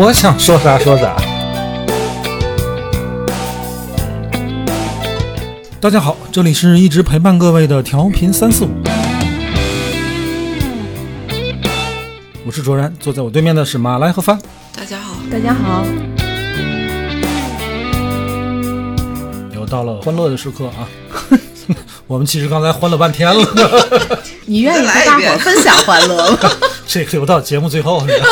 我想说啥说啥。大家好，这里是一直陪伴各位的调频三四五，我是卓然，坐在我对面的是马来和帆。大家好，大家好，嗯又到了欢乐的时刻 啊！我们其实刚才欢乐半天了，你愿意和再来大一伙遍儿分享欢乐 吗？这个留到节目最后 是吧？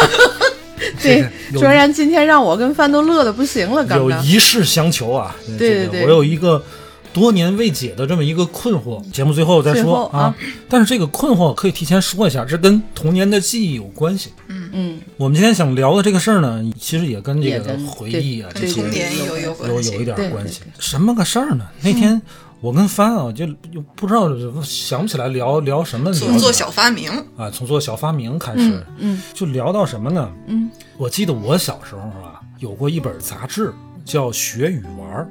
对，有卓然今天让我跟范都乐的不行了，刚有刚。一事相求啊！对对对我有一个多年未解的这么一个困惑，节目最后再最说后啊但是这个困惑可以提前说一下，这跟童年的记忆有关系。嗯，我们今天想聊的这个事儿呢，其实也跟这也个跟回忆啊，这对些童年有有有关有一系。点对关系对。嗯什么个事儿呢？那天我跟帆啊，就就不知道想不起来聊聊什么，做聊做什么小发明，啊，从做小发明开始，嗯嗯就聊到什么呢？嗯，我记得我小时候啊，有过一本杂志叫《学语玩》，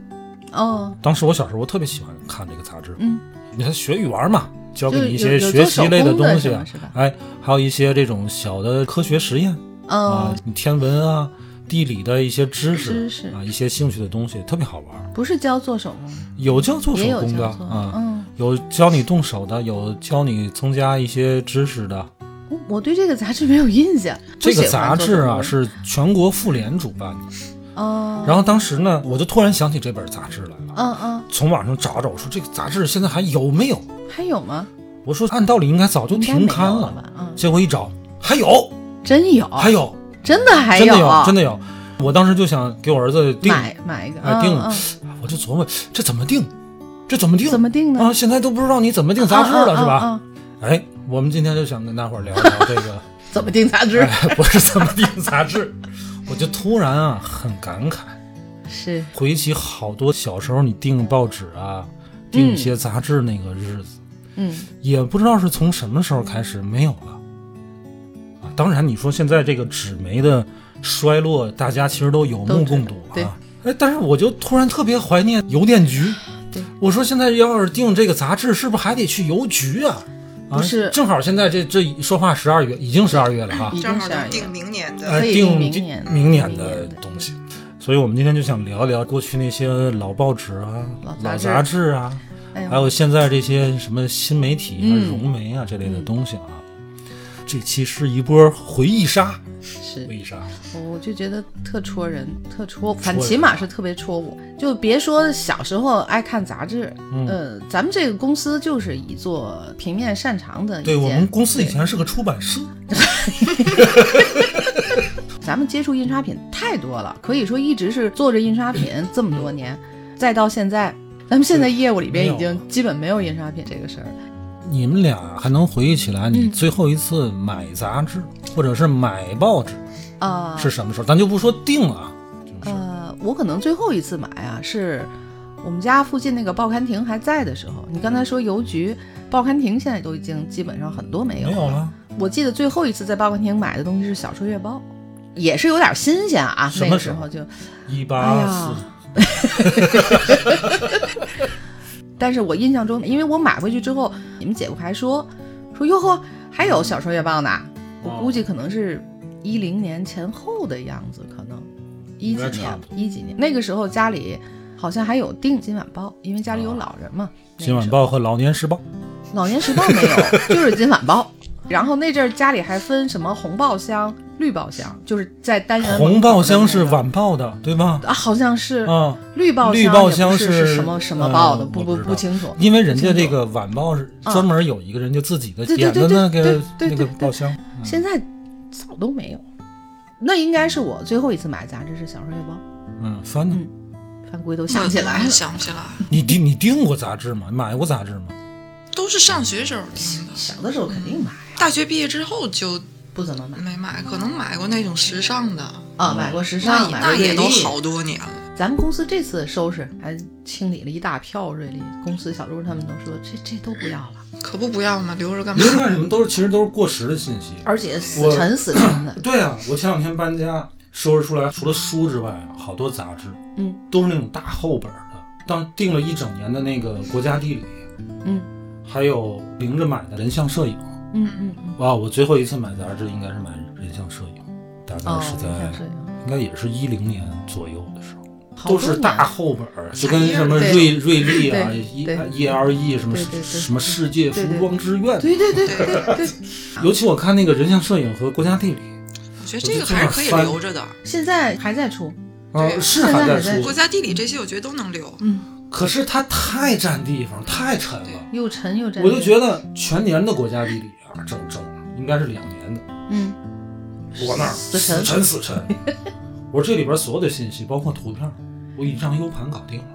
哦，当时我小时候我特别喜欢看这个杂志，嗯，你看学语玩嘛，教给就你一有些有做学习手类的工的东是西吗啊是吧，哎，还有一些这种小的科学实验、啊哦，，你天文啊、地理的一些知识知识啊，一些兴趣的东西，特别好玩。不是教做手工，有教做手也有工的教做啊，嗯，有教你动手的，有教你增加一些知识的。我我对这个杂志没有印象。不这个喜杂欢做志手啊工是全国妇联主办的，哦，然后当时呢，我就突然想起这本杂志来了，嗯嗯，从网上找找，我说这个杂志现在还有没有？还有吗？我说按道理应该早就应该停没刊有了，吧？嗯，结果一找还有，真有，还有，真的还真的有，啊真的有。我当时就想给我儿子订，买买一个，哎嗯定嗯我就琢磨这怎么订，这怎么订怎么定呢？啊？现在都不知道你怎么订杂志嗯了嗯是嗯吧？嗯哎，我们今天就想跟大伙儿聊一聊这个。怎么定杂志？哎，不是怎么订杂志， 我就突然啊很感慨，是回忆起好多小时候你订报纸啊，订一些杂志那个日子，嗯，也不知道是从什么时候开始没有了。啊，当然你说现在这个纸媒的衰落，大家其实都有目共睹都知道啊。哎，但是我就突然特别怀念邮电局对。我说现在要是订这个杂志，是不是还得去邮局啊？啊，不是正好现在这这一说话十二月，已经十二月了哈。一定正好是能二定明年的。呃，所以定明今年的明年明的年的东西。所以我们今天就想聊一聊过去那些老报纸啊、老老杂志杂志啊，哎呦还有现在这些什么新媒体啊、嗯融媒啊这类的东西啊。这期是一波回忆杀，是回忆杀，我就觉得特戳人，特戳，戳反人啊起码是特别戳我。就别说小时候爱看杂志，嗯呃，咱们这个公司就是以做平面擅长的一对件我们公司以前是个出版社，咱们接触印刷品太多了，可以说一直是做着印刷品这么多年，再到现在，咱们现在业务里边没有已经基本没有印刷品这个事儿了。你们俩还能回忆起来嗯你最后一次买杂志或者是买报纸啊、是什么时候？咱就不说定了啊，就是呃，我可能最后一次买啊，是我们家附近那个报刊亭还在的时候。你刚才说邮局、报刊亭，现在都已经基本上很多没有没有了。我记得最后一次在报刊亭买的东西是《小说月报》，也是有点新鲜啊。什那么个时时候候就，一哎八呀四，但是我印象中，因为我买回去之后，你们姐夫还说说哟呵，还有《小说月报》呢。我哦估计可能是一零年前后的样子，可能一应几该差年不，一几年那个时候家里好像还有订《金晚报》，因为家里有老人嘛。那《哦个新晚时候报》和《老年时报》。老年时报没有，就是金晚报。然后那阵儿家里还分什么红报箱、绿报箱，就是在单元红门口的报箱那是个晚报的，对吧？啊，好像是啊，绿报绿报箱箱也不是是是什么什么报的，嗯不我不不知道不清楚。因为人家这个晚报是啊专门有一个人就自己的对点对的对那对个对那对个对报箱，现在早都没有。那应该是我最后一次买杂志是《小说月报嗯，翻的。嗯翻归都想起来了。想不起来，你订你订过杂志吗？买过杂志吗？都是上学时候听的。小的时候肯定买，大学毕业之后就不怎么买。没买，可能买过那种时尚的，啊，买过时那尚，买过那瑞也丽都。好多年了，咱们公司这次收拾还清理了一大票瑞丽，公司小周他们都说这这都不要了，可不不要嘛，留着干嘛留？着干什么？都是其实都是过时的信息。而且死我。沉死沉的对啊，我前两天搬家，收拾出来除了书之外，好多杂志，嗯，都是那种大厚本儿的。当订了一整年的那个《国家地理》，嗯，还有零着买的人像摄影。嗯嗯嗯，哇，我最后一次买杂志应该是买人像摄影，大概哦，是在、像这样，应该也是一零年左右的时候。好都多是年大厚本儿，就啥跟样什么儿对瑞瑞丽啊、对 E 对 E L E 什么对对对什么世界对服对装之愿，对对对对对对。尤其我看那个人像摄影和国家地理，我觉得这个还是可以留着的。现在还在出，啊对，是现在还在还在出国，家地理这些我觉得都能留。嗯，可是它太占地方，太沉了。又沉又沉。我就觉得全年的国家地理啊，整整应该是两年的，嗯，我那儿死死沉沉死沉。 我说这里边所有的信息，包括图片，我一张 U 盘搞定了。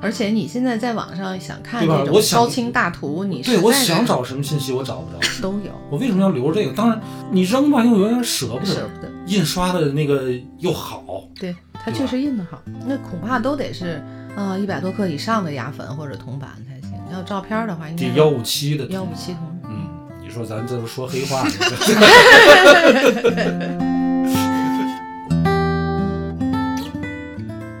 而且你现在在网上想看对吧这种我想高清大图，你对，实我在是想找什么信息我找不着，都有，我为什么要留着这个？当然，你扔吧又有点舍不舍得，不得。印刷的那个又好，对，它对吧确实印的好，那恐怕都得是呃一百多克以上的压粉或者铜板才行。要照片的话，应该得幺五七的。幺五七铜。嗯，你说咱这不说黑 话呢？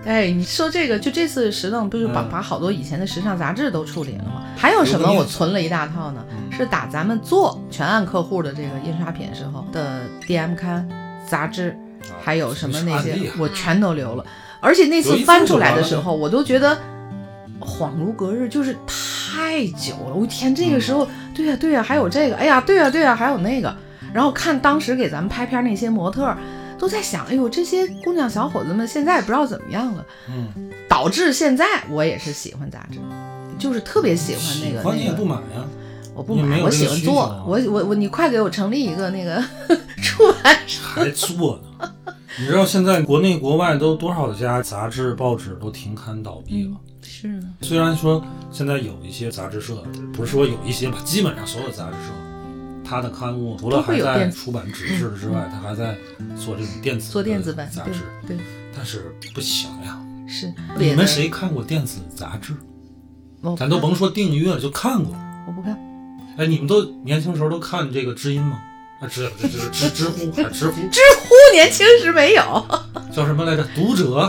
哎，你说这个，就这次石头不是把、嗯把好多以前的时尚杂志都处理了吗？还有什么我存了一大套呢？嗯是打咱们做全案客户的这个印刷品时候的 DM 刊、杂志，啊还有什么那案例些啊，我全都留了。而且那次翻出来的时候，我都觉得恍如隔日，就是太久了。我天，这个时嗯候，对呀、对呀、还有这个，哎呀，对呀、对呀、还有那个。然后看当时给咱们拍片那些模特儿，都在想，哎呦，这些姑娘小伙子们现在不知道怎么样了，嗯，导致现在我也是喜欢杂志，就是特别喜欢那喜个欢你也那不个。买啊呀。我不你没买，有我这个喜欢需做求啊，我我我，你快给我成立一个那个出版社，还做呢。 你知道现在国内国外都多少家杂志、报纸都停刊倒闭了？是呢，虽然说现在有一些杂志社，不是说有一些吧，基本上所有杂志社，它的刊物除了都会还有在电子出版纸质之外，它还在做这种电子做电子版，呃杂志，对对，但是不行呀。是。你别们的？谁看过电子杂志？我不咱都看甭说订阅了，就看过。我不看，哎，你们都年轻时候都看这个知音吗？啊，知知知知知乎，啊知乎知乎年轻时没 有。叫什么来着？读者，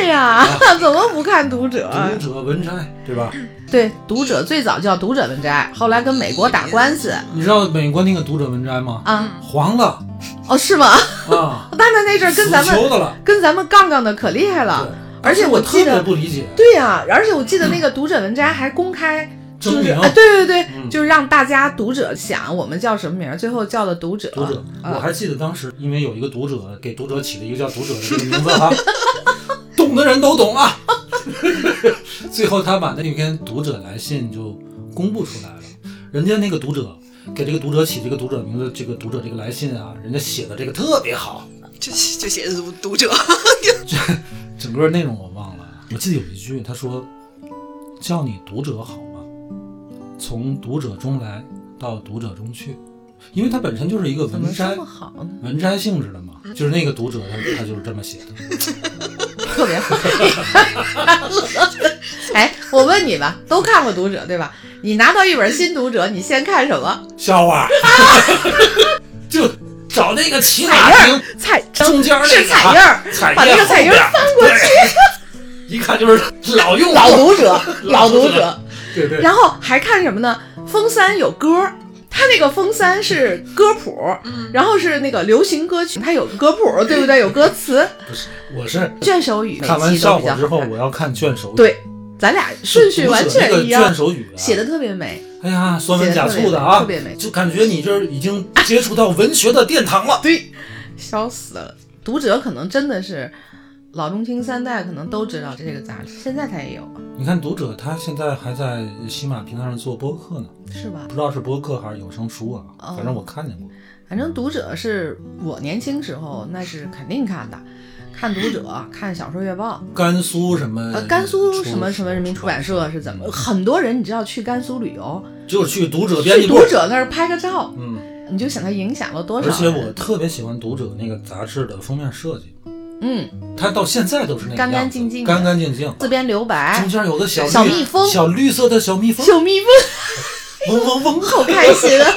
哎呀， 怎么不看读者？啊啊读者文摘，哎对吧？对，读者最早叫读者文摘，后来跟美国打官司你知道美国那个读者文摘吗？啊。黄了哦，是吗？啊，那 那那阵儿跟咱死球们的了。跟咱们杠杠的可厉害对了。，而且我我特记别得，不理解，对呀、而且我记得那个读者文摘还公开。嗯就证是明啊，对对对，嗯就是让大家读者想我们叫什么名儿，最后叫的读者。读者，啊我还记得当时因为有一个读者给读者起了一个叫读者的这个名字啊，懂的人都懂啊。 最后他把那篇读者来信就公布出来了，人家那个读者。给这个读者起这个读者名字，这个读者这个来信啊，人家写的这个特别好，就就写读读者，整个内容我忘了。我记得有一句，他说：“叫你读者好吗？从读者中来到读者中去，因为它本身就是一个怎文么这摘么，好呢？文摘性质的嘛，嗯就是那个读者他他就是这么写的。特别好。 哎，我问你吧，都看过《读者》对吧？你拿到一本新《读者》，你先看什么？笑话， 就找那个骑马亭彩中间那是个彩印儿，彩把那个页后彩印边儿翻过去，对 一看就是 老用户老读者， 老读老读者者。对对，然后还看什么呢？封三有歌儿。它那个封三是歌谱，然后是那个流行歌曲，它有歌谱，对不对？有歌词，不是，我是卷首语每看完期都笑比较话之好后，看。我要看卷首语，对，咱俩顺序完读者那全个一样卷，首语啊写的特别美。哎呀，酸文假醋的啊，写得特别美特别美就感觉你这已经接触到文学的殿堂了。对，笑死了。读者可能真的是老中青三代可能都知道这个杂志，现在它也有，你看，读者他现在还在喜马平台上做播客呢，是吧不？知道是播客还是有声书啊，哦反正我看见过。反正读者是我年轻时候那是肯定看的，看读者，看小说月报，甘肃什么？呃，甘肃什么什么人民出版社是怎么？很多人你知道去甘肃旅游，就是去读者编去辑部读。者那儿拍个照，嗯，你就想它影响了多少而人？且我特别喜欢读者那个杂志的封面设计，嗯，它到现在都是那个干干样子净净的干干净净，四边留白中，间有个小小绿蜜蜂小绿色的小蜜蜂，小蜜蜂嗡嗡嗡。好开心啊！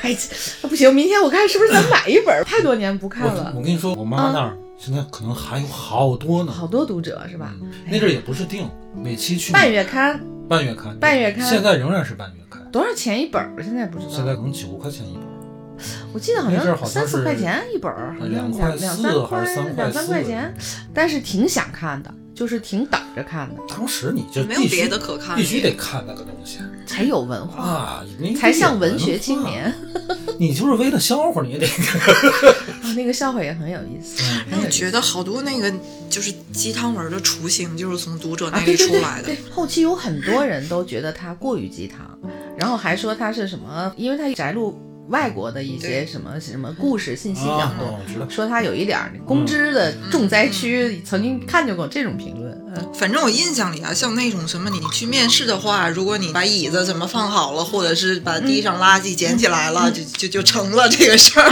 哎，这不行，明天我看是不是咱买一本儿？太多年不看我了，嗯我跟你说，我妈那儿现在可能还有好多呢。好多读者是吧？哎嗯那阵儿也不是定，每期去半月刊半月刊，半月刊嗯现在仍然是半月刊，多少钱一本儿？现在不知现道，在可能九块钱一本儿，我记得好那阵儿像好三像是四块钱一本儿，好像两两块两四三还是三两四三块钱，。但是挺想看的，就是挺等着看的，当时你就没有必须别的可看必须得看那个东西才有文化，啊，你才像文文学青化。年。你就是为了笑话，你也 得啊 那个笑话也很有意思，哎嗯很有我意思觉得好多那个就是鸡汤文的雏形就是从读者啊，那对里对出对来的。对，后期有很多人都觉得他过于鸡汤，然后还说他是什么，因为他摘录外国的一些对什么什么故事信息比较啊，多。我知道。说他有一点嗯儿公知的嗯重灾区，曾经看见过这种评论。嗯反正我印象里啊，像那种什么，你去面试的话，如果你把椅子怎么放好了，或者是把地上垃圾捡起来嗯了，就就就成了这个事儿。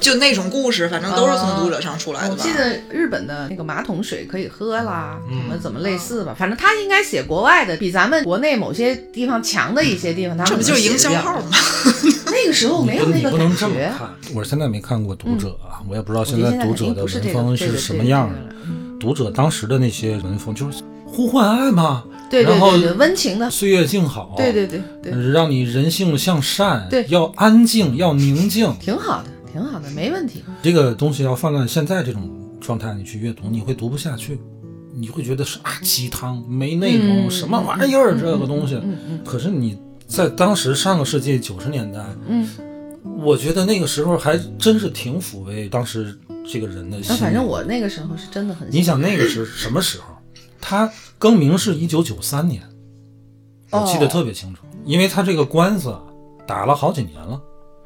就那种故事，反正都是从读者上出来哦的我吧。记得日本的那个马桶水可以喝啦，嗯怎么怎么类似吧，反正他应该写国外的比咱们国内某些地方强的一些地方，他们这不就是可能营写销得比较号吗？那个时候没有你不那个你不感能这么觉。嗯看。我现在没看过《读者》啊，我也不知道我觉得在《读肯者定》的不是文这个风对对是对什么对对样对的。了嗯《读者》当时的那些文风就是呼唤爱嘛，对对然后哦对对，温情的，岁月静好，对对对对，让你人性向善，对要安静，要宁静。挺好的，挺好的，没问题。这个东西要放在现在这种状态，你去阅读，你会读不下去，你会觉得是啊鸡汤，没内容，嗯什么玩意儿、这个东西。嗯嗯可是你在当时上个世纪九十年代，嗯，我觉得那个时候还真是挺抚慰当时这个人的那心。反正我那个时候是真的很你想那个是什么时候？他更名是一九九三年，我记得哦特别清楚，因为他这个官司啊打了好几年了，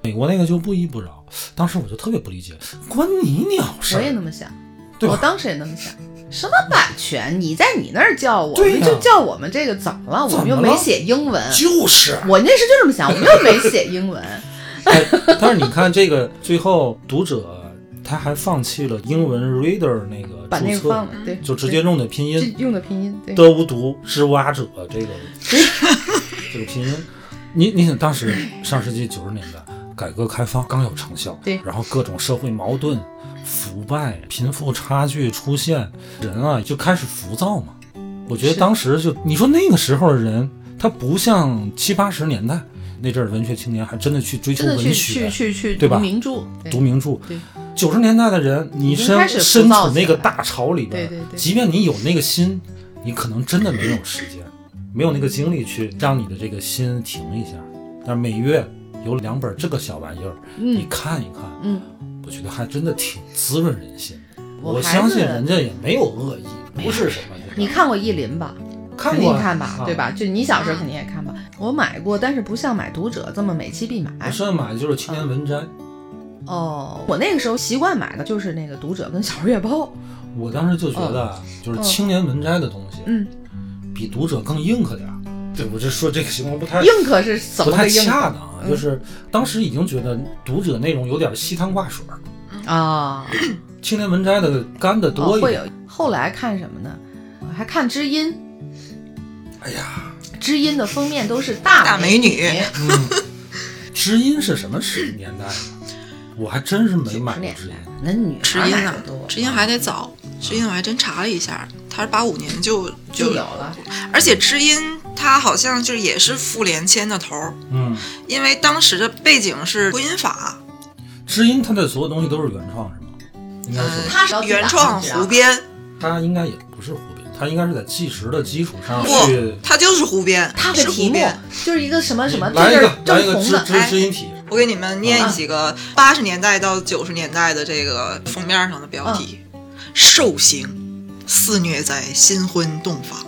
美国那个就不依不饶。当时我就特别不理解，关你鸟事我也儿，那么想，对吧我当时也那么想。什么版权？你在你那儿叫我，对呀啊你就叫我们这个怎么了？我怎么们又了没写英文。就是。我那时就啊这么想，我们又没写 英文。哎，但是你看这个最后读者他还放弃了英文 reader 那个把那注个册，放了，对，就直接用的拼对音这用的拼音，对，的无独之蛙者这个 这个拼音。你你想当时上世纪九十年代改革开放刚有成效，对然后各种社会矛盾、腐败、贫富差距出现，人啊就开始浮躁嘛。我觉得是当时就你说那个时候的人，他不像七八十年代那阵儿文学青年还真的去追求真的文去学去，去去对吧读名著，对读名著对。九十年代的人，你已经身开始浮身躁处起那个来了大潮里边，对对对即便你有那个心，你可能真的没有时间， 没有那个精力去让你的这个心停一下。但每月有两本这个小玩意儿，你嗯看一看，嗯，我觉得还真的挺滋润人心的。我我孩相信子人家也没有恶意，不是什么。你看过《意林》吧？看肯定过看吧，啊对？吧？就你小时候肯定也看吧。我买过，但是不像买读者这么每期必我买。上买的就是青年文摘，嗯哦，我那个时候习惯买的就是那个读者跟小说月报。我当时就觉得啊，就是青年文摘的东西嗯，比读者更硬核点儿。对，我这说这个形容不太硬可是怎不么太个硬恰当啊，嗯就是当时已经觉得读者内容有点稀汤挂水儿，啊？青年文摘的干的哦多一会点。有。后来看什么呢？我还看知音。哎呀，知音的封面都是大大美美女女，嗯，知音是什么时年代啊？我还真是没买十过年知音代。那女知孩音买啊的多，知音还得早，知音我还真查了一下，他是八五年就就有了。而且知音它好像就也是妇联牵的头儿，嗯，因为当时的背景是婚姻法，知音它的所有东西都是原创是吗？应该是，他是要原创自打湖边，它应该也不是胡编，它应该是在纪实的基础上去不，。它就是湖边，他的是湖题目边。就是一个什么什么，来一这个是来一正个红知的，哎知知音体，我给你们念几个八十年代到九十年代的这个封面上的标题：受刑，肆虐在新婚洞房；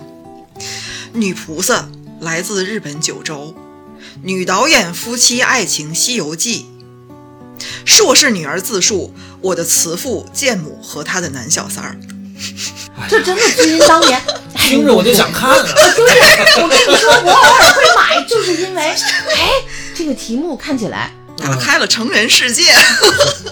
女菩萨来自日本九州；女导演夫妻爱情西游记；硕士女儿自述我的慈父建母和他的男小三儿。这真的知音当年。哎呦听着我就想看啊。我跟你说，我偶尔会买，就是因为，哎，这个题目看起来打开了成人世界，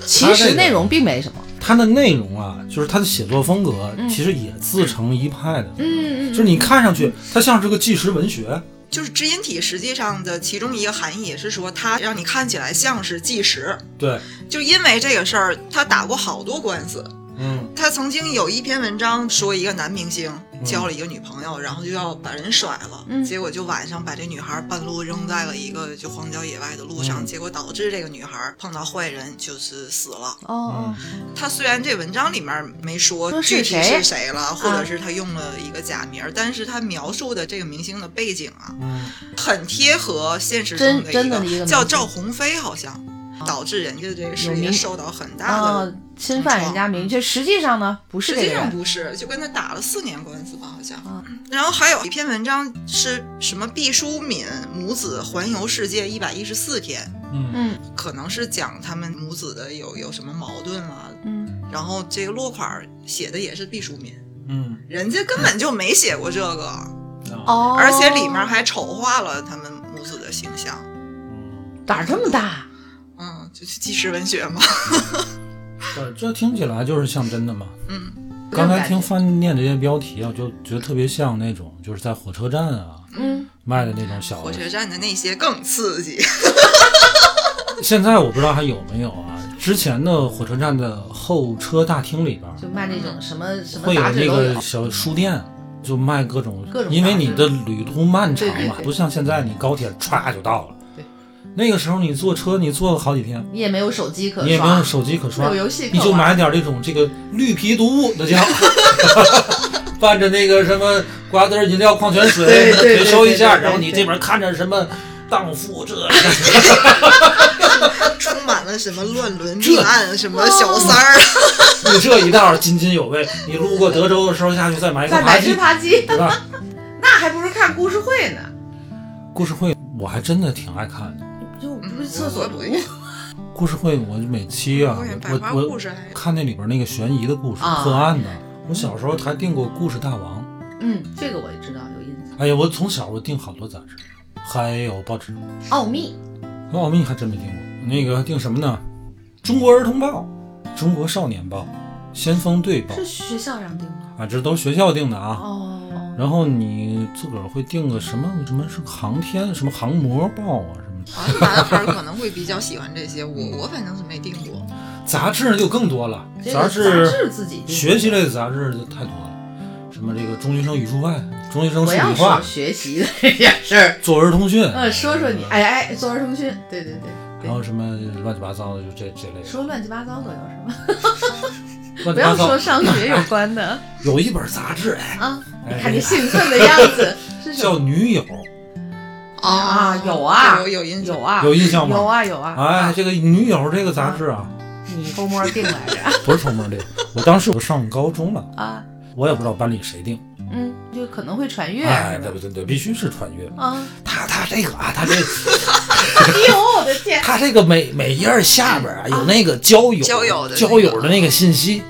其实内容并没什么，它的内容啊，就是它的写作风格，嗯其实也自成一派的。嗯嗯，就是你看上去，它像是个纪实文学，就是知音体实际上的其中一个含义也是说，它让你看起来像是纪实，对，就因为这个事儿，他打过好多官司。嗯，他曾经有一篇文章说，一个男明星交了一个女朋友，然后就要把人甩了，嗯结果就晚上把这女孩半路扔在了一个就荒郊野外的路上，嗯结果导致这个女孩碰到坏人就是死了。嗯哦，他虽然这文章里面没说说是具体谁是嗯谁了，或者是他用了一个假名儿，但是他描述的这个明星的背景啊，嗯，很贴合现实真中真的的的一个叫明星赵鸿飞，好像导致人家的这个事有业名受到很哦，大的啊，侵犯人家名确，实际上呢不是实这际个上人，不是，就跟他打了四年官司吧，好像。啊然后还有一篇文章是什么毕淑敏母子环游世界一百一十四天，嗯，嗯可能是讲他们母子的有有什么矛盾啊。嗯然后这个落款儿写的也是毕淑敏，嗯，人家根本就没写过这个，啊，哦，而且里面还丑化了他们母子的形象。嗯胆儿这么大，嗯，就是纪实文学嘛。对这听起来就是像真的嘛。嗯刚才听有这种感觉翻念这些标题啊，我就觉得特别像那种就是在火车站啊嗯卖的那种小火的。车站的那些更刺激。 现在我不知道还有没有啊？之前的火车站的候车大厅里边儿就卖那种什么什么嗯会有杂那志都个有，小书店，就卖各种，各种因为你杂的志旅途漫长对对嘛，对不像现在你高铁歘就到了。对，那个时候你坐车，你坐了好几天，你也没有手机可刷，你也没有手机可没刷有，游戏可你就玩买点这种这个绿皮毒物 的胶，拌着那个什么瓜子儿饮料、矿泉水对对对回收一下，对对对然后你这边看着什么荡妇这充满了什么乱伦命案，什么小三儿，你这一道津津有味。你路过德州的时候下去再买一个再扒买只鸡，扒鸡，对吧？那还不如看故事会呢，故事会我还真的挺爱看的，就不是厕所不读会故事会我每期啊，百我花我故事还看那里边那个悬疑的故事、啊破案的。我小时候还订过《故事大王》，嗯，这个我也知道有印象，哎呀，我从小我订好多杂志，还有报纸。奥秘奥秘还真没订过，那个订什么呢？中国儿童报、中国少年报、先锋队报是学校让定的啊，这都是学校订的啊。哦然后你自个儿会订个什么什么是航天什么航模报啊什么的好像男孩儿可能会比较喜欢这些，我我反正是没订过。杂志就更多了，这个杂志志自己定的学习类的杂志就太多了，什么这个中学生语数外、中学生我数要理说化、学习的这件事儿，作文通讯，嗯，说说你，哎哎，做儿童训，对对对，然后什么乱七八糟的就这这类的，说乱七八糟都有什么？乱七不要八说糟。上学有 关的有一本杂志哎，啊，哎你看你兴奋的样子，是什叫《么？女友》，啊有啊有有印象有。啊，有印象吗有啊有啊，哎，，这个女友这个杂志啊，你偷摸定来着 不是偷摸的。我当时我上高中了，啊，我也不知道班里谁定。嗯，就可能会穿越，哎，是对吧？对嗯对，必须是穿越。啊，他他这个啊，他这哎呦我的天，他这个每每页儿下边啊有那个交友交友的那个交友的那个信息，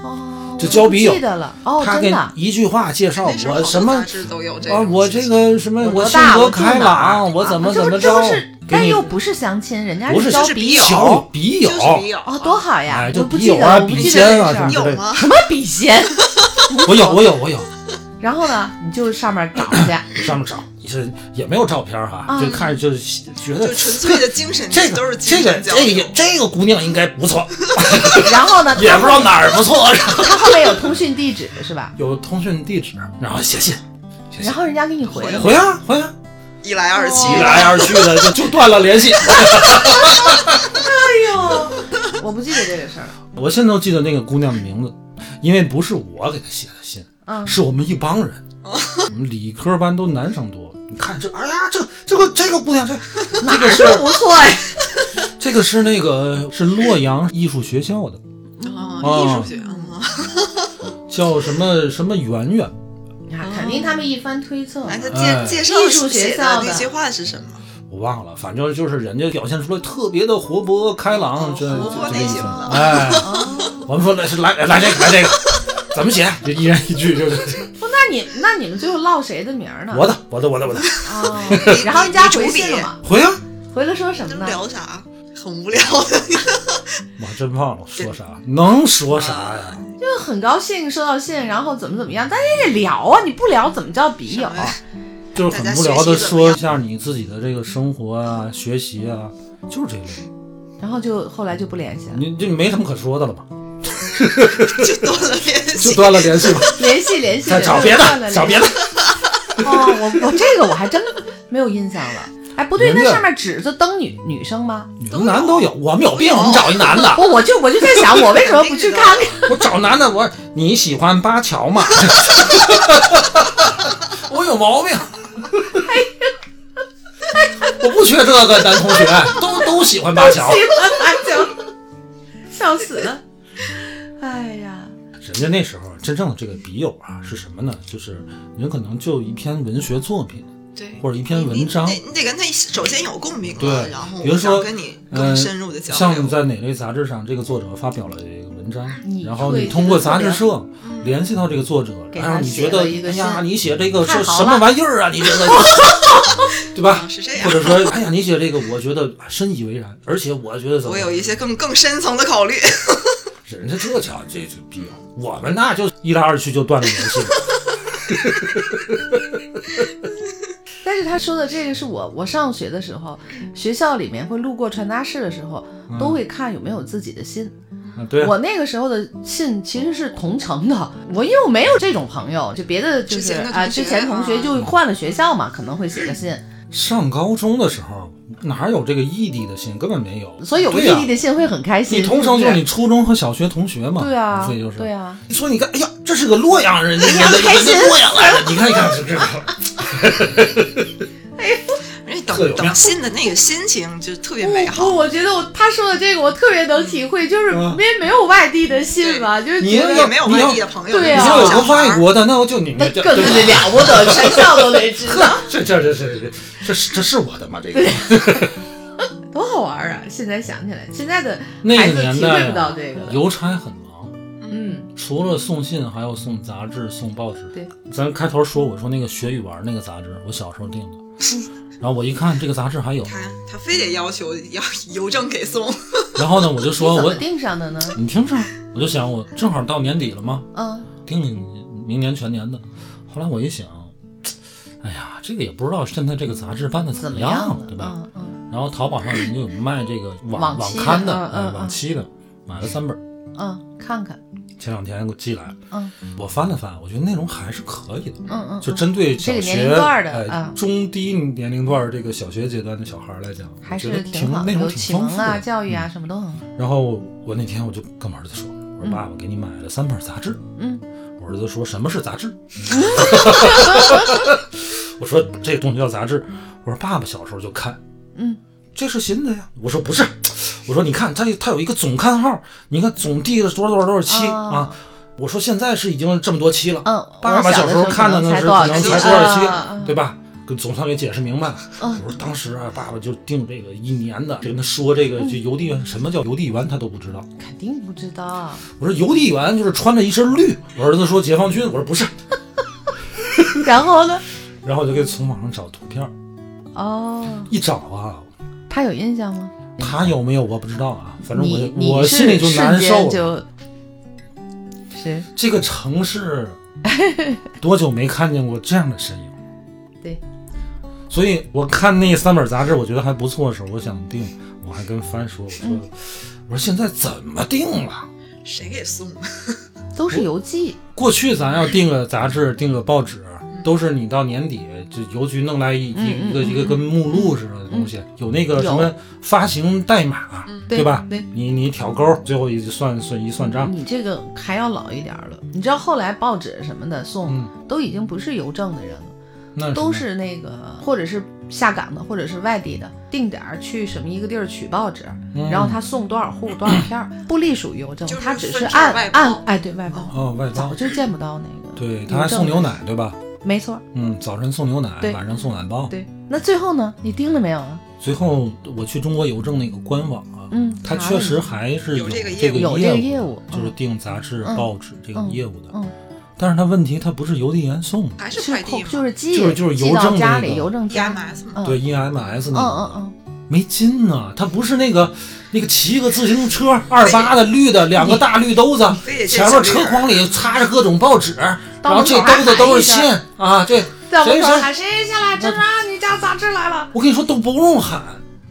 哦，就交笔友我不记得了，哦，他真给的，一句话介绍那时候我好什多么杂志都有这啊，种我这个什么我我多性大格我住哪开儿朗，我怎么啊这怎不么这着不是，，给但你又不是相亲，人家不是交是笔笔小友，笔就友是。笔友哦，多好呀哎，，我就不笔记得友啊、了，我不笔记得仙这啊事什么儿之有类的，吗？什么笔仙， 我有，我有，我有。然后呢，你就上面找去， 上面找，是也没有照片哈、啊就看着就是觉就得纯粹的精神，这都个是这精个神这交流。个这个姑娘应该不错，然后呢，也他不知道哪儿不错， 他后面有通讯地址是吧？有通讯地址，然后写信，写信然后人家给你回了，回啊回啊，一来二去一哦来啊二去的就就断了联系。哎呦，我不记得这个事儿了。 我现在都记得那个姑娘的名字，因为不是我给她写的信， 嗯，是我们一帮人，我们理科班都男生多。你看这，哎呀，这这个这个姑娘，这这个是是不错呀。这个是那个是洛阳艺术学校的，啊，哦艺术学啊，叫什么什么圆圆。你看，肯定他们一番推测来，他哎介介绍艺术学写的校的那句话是什么？我忘了，反正就是人家表现出来特别的活泼开朗，嗯这活泼这这类意型思的。哎，哦， 我们说来是来来这个来这个，怎么写？啊就一人一句，就是不，哦那你那你们最后落谁的名儿 呢？啊我的我的我的我的， 哦，然后人家回信了吗？回啊！回了说什么这呢？聊啥？很无聊的。我真忘了说啥，能说啥呀？就很高兴收到信，然后怎么怎么样，但也得聊啊，你不聊怎么叫笔友？就是很无聊的说一下你自己的这个生活啊、学习啊，就是这类。然后就后来就不联系了，你这没什么可说的了吧？就断了联系，就断了联系吧，联系联系，再找别的，找别的。哦，我我这个我还真没有印象了。哎，不对，人家那上面指着登女女生吗？女的男都有，我们有病，我们找一男的。不，我就我就在想，我为什么不去看看？我找男的，我你喜欢巴乔吗？ 我有毛病。我不缺这个，男同学都都喜欢巴乔。喜欢八角，啊笑死了。哎呀，人家那时候真正的这个笔友啊是什么呢？就是人可能就一篇文学作品对，或者一篇文章你，你得你得跟他首先有共鸣了，对然后比如说呃想跟你更深入的交流。像在哪类杂志上，这个作者发表了一个文章你，然后会你通过杂志社嗯联系到这个作者，给他然后你觉写得，了一个哎呀，信你写这个太是好什么了玩意儿啊？你觉 得，对吧啊？是这样或者说，哎呀，你写这个，我觉得深以为然，而且我觉得怎么我样？有一些更更深层的考虑，人家这叫这这逼，我们那就一来二去就断了联系 了。但是他说的这个是我我上学的时候，嗯学校里面会路过传达室的时候，都会看有没有自己的信。啊，嗯对啊，我那个时候的信其实是同城的，我因为我没有这种朋友，就别的就之是前的同学啊，之前同学就换了学校嘛，可能会写个信，上高中的时候哪有这个异地的信，根本没有。所以有个对啊呀异地的信会很开心。啊你同城是就不是是你初中和小学同学 嘛，对啊，无非就是对啊，你说你看，哎呀，这是个洛阳人， 人家呀开人心家洛阳来的，你看一看这这，因为特有哎面等等信的那个心情就特别美不好不，。我觉得我他说的这个我特别能体会，就是嗯因为没有外地的信嘛，就是你觉那得个也没有外地的朋友，对你啊说有小个孩儿外国的，那我就你们那这更对吧了不得，全校都得知道，这这这这这这是这是我的吗？这个多好玩啊！现在想起来，现在的那孩子个年体代会不啊到这个了。邮差很忙，嗯，除了送信，还有送杂志、送报纸。对，咱开头说我说那个学语文那个杂志，我小时候订的， 然后我一看这个杂志还有，他他非得要求要邮政给送，然后呢我就说你怎我么定上的呢？你听着，我就想我正好到年底了吗？嗯，定明年全年的。后来我一想，哎呀，这个也不知道现在这个杂志办的怎么样样，了对吧？？嗯嗯然后淘宝上人家有卖这个网往网期的刊的，嗯哎嗯往期的，买了三本儿，嗯，看看，前两天给我寄来了。嗯我翻了翻，我觉得内容还是可以的，嗯嗯，就针对小这个学年龄段儿的哎啊中低年龄段儿这个小学阶段的小孩儿来讲，还我觉是得挺好的，内容有挺启丰蒙富啊、的。嗯教育啊，什么都很好。然后我那天我就跟我儿子说：“我说爸，我给你买了三本杂志。”嗯，我儿子说什么是杂 志？我说这东西叫杂志。我说爸爸小时候就看，嗯，这是新的呀。我说不是，我说你看它它有一个总刊号，你看总第了多少多少多少期、哦啊。我说现在是已经这么多期了，嗯爸爸我小小的时时候候看的那是可能可能才多才少期多少期，啊啊对吧？跟总算给解释明白了。嗯我说当时啊，爸爸就定这个一年的，跟他说这个就邮递员什么叫邮递员，他都不知道。肯定不知道，我说邮递员就是穿着一身绿，我儿子说解放军，我说不是， 然后呢？然后我就给从网上找图片儿，哦，一找啊，他有印象吗？他有没有我不知道啊，反正你我你我是心里就难瞬受间了。就，是这个城市 多久没看见过这样的身影？对，所以我看那三本杂志，我觉得还不错的时候，我想订，我还跟帆说，我说、嗯我说现在怎么订了？谁给送？啊都是邮寄，过去咱要订个杂志、订个报纸，都是你到年底就邮局弄来一一嗯嗯一嗯嗯个一个跟目录似的东西，有那个有什嗯么发行代码，对吧？对。嗯你你挑勾，最后一算算一算账，你这个还要老一点儿了，你知道后来报纸什么的送、嗯都已经不是邮政的人了，那都什么是那个或者是下岗的，或者是外地的，定点儿去什么一个地儿取报纸，嗯然后他送多少户多少 片儿，不隶属邮政，就是他只是分按成外包按哎对外包，哦外早包，就见不到那个，对，他还送牛奶，对吧？没错，嗯，早晨送牛奶，对晚上送奶包。对。那最后呢，你盯了没有啊？最后我去中国邮政那个官网啊，嗯它查确了实吗还是有这个这业个务有这个业务嗯就是订杂志、嗯报纸这个嗯业务的。嗯，但是它问题，它不是邮递员送的。还是是快递扣吗？就是寄就是就是寄邮到政家那个里，邮政家里 EMS 嘛嗯对 EMS 那嗯个，嗯嗯，没劲呐、它不是那个那个骑个自行车二八的绿的，两个大绿兜子，非得见前面小车绿人筐里插着各种报纸，然到后门口这兜子都是还喊一信啊，对，在门谁口谁喊谁去了？这让你家杂志来了，我跟你说都不用喊，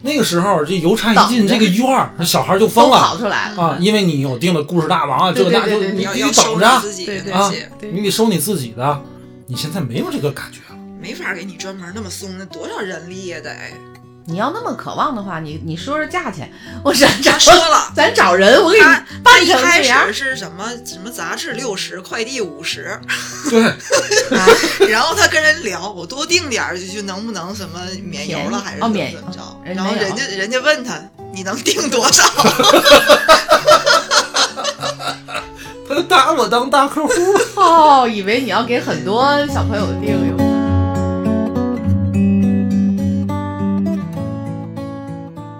那个时候这邮差一进等着这个院儿，那小孩就疯都了跑出来了啊，因为你有定的故事大王啊，这对个对那就对对你你要你要得收等拾着啊自己对的对东西，对你得收你自己的，你现在没有这个感觉了。没法给你专门那么松，那多少人力也 得。你要那么渴望的话，你你说说价钱，我咱找他说了咱找人，我给 你他他办一成开这样始。是什么什么杂志六十，快递五十，对， 啊，然后他跟人聊，我多订点儿，就就能不能什么免邮了，还是哦怎么免怎么着？人然后没有人家人家问他，你能订多 少？他就打我当大客户。哦，以为你要给很多小朋友订用。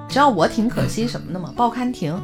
你知道我挺可惜什么的吗？报刊亭，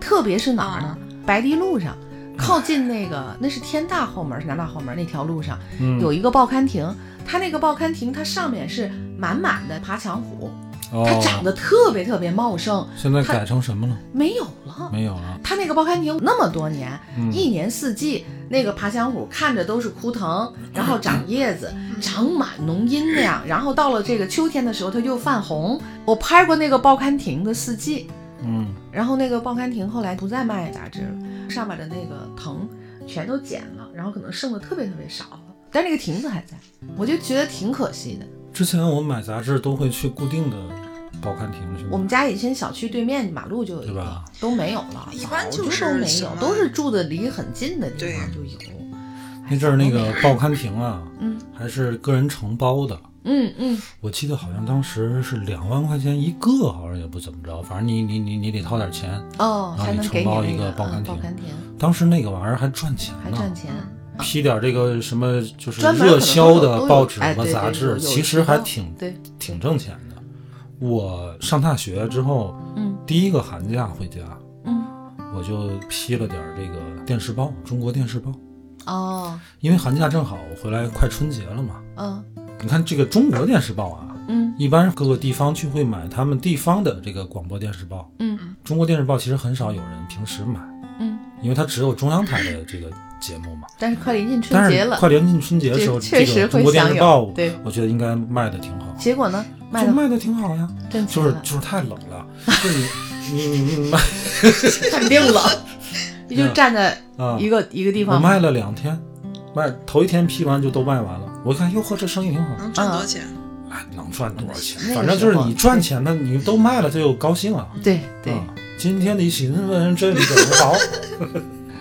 特别是哪儿呢？白堤路上，靠近那个那是天大后门，是南大后门那条路上嗯有一个报刊亭，它那个报刊亭它上面是满满的爬墙虎，哦它长得得特别特别茂盛，哦现在它改成什么了？没有了。没有了。他那个报刊亭那么多年，嗯一年四季那个爬墙虎看着都是枯藤，嗯然后长叶子，长满浓阴凉，然后到了这个秋天的时候，它又泛红。我拍过那个报刊亭的四季，嗯，然后那个报刊亭后来不再卖杂志了，上面的那个藤全都剪了，然后可能剩的特别特别少了，但那个亭子还在，我就觉得挺可惜的。之前我买杂志都会去固定的报刊亭去买。我们家以前小区对面马路就有一对个吧，都没有了，一般早就是都没什有么，都是住的离很近的地方对就有。那阵儿那个报刊亭啊，嗯还是个人承包的。嗯嗯，我记得好像当时是两万块钱一个，好像也不怎么着，反正你你你你得掏点钱。哦，然后还你能承给你包那一个报刊嗯亭报刊亭，当时那个玩意儿还赚钱还呢，赚钱。批点这个什么就是专门可能热销都有都的有报纸哎和对对杂有志，有其渠实还道挺对，挺挣钱的。我上大学之后，嗯第一个寒假回家，嗯，我就批了点儿这个电视报，《中国电视报》，哦，因为寒假正好回来快春节了嘛。嗯你看这个《中国电视报》啊，嗯一般各个地方去会买他们地方的这个广播电视报，嗯《中国电视报》其实很少有人平时买，嗯，因为它只有中央台的这个节目嘛。但是快临近春但节是了，快临近春节的时候，对确实这个《中会国电视享有报》对我觉得应该卖的挺好，结果呢，卖就了卖的挺好呀。挣就钱是了，就是太冷了，就你你你你卖肯定 了，你就站在啊，一个一个地我方，卖了两天，卖头一天批完就都卖完了。我一看，哟呵，这生意挺好，能赚多少钱？哎，能赚多少钱那？个反正就是你赚钱的，你都卖了，他就高兴啊。对对啊今天你寻问这里怎么着？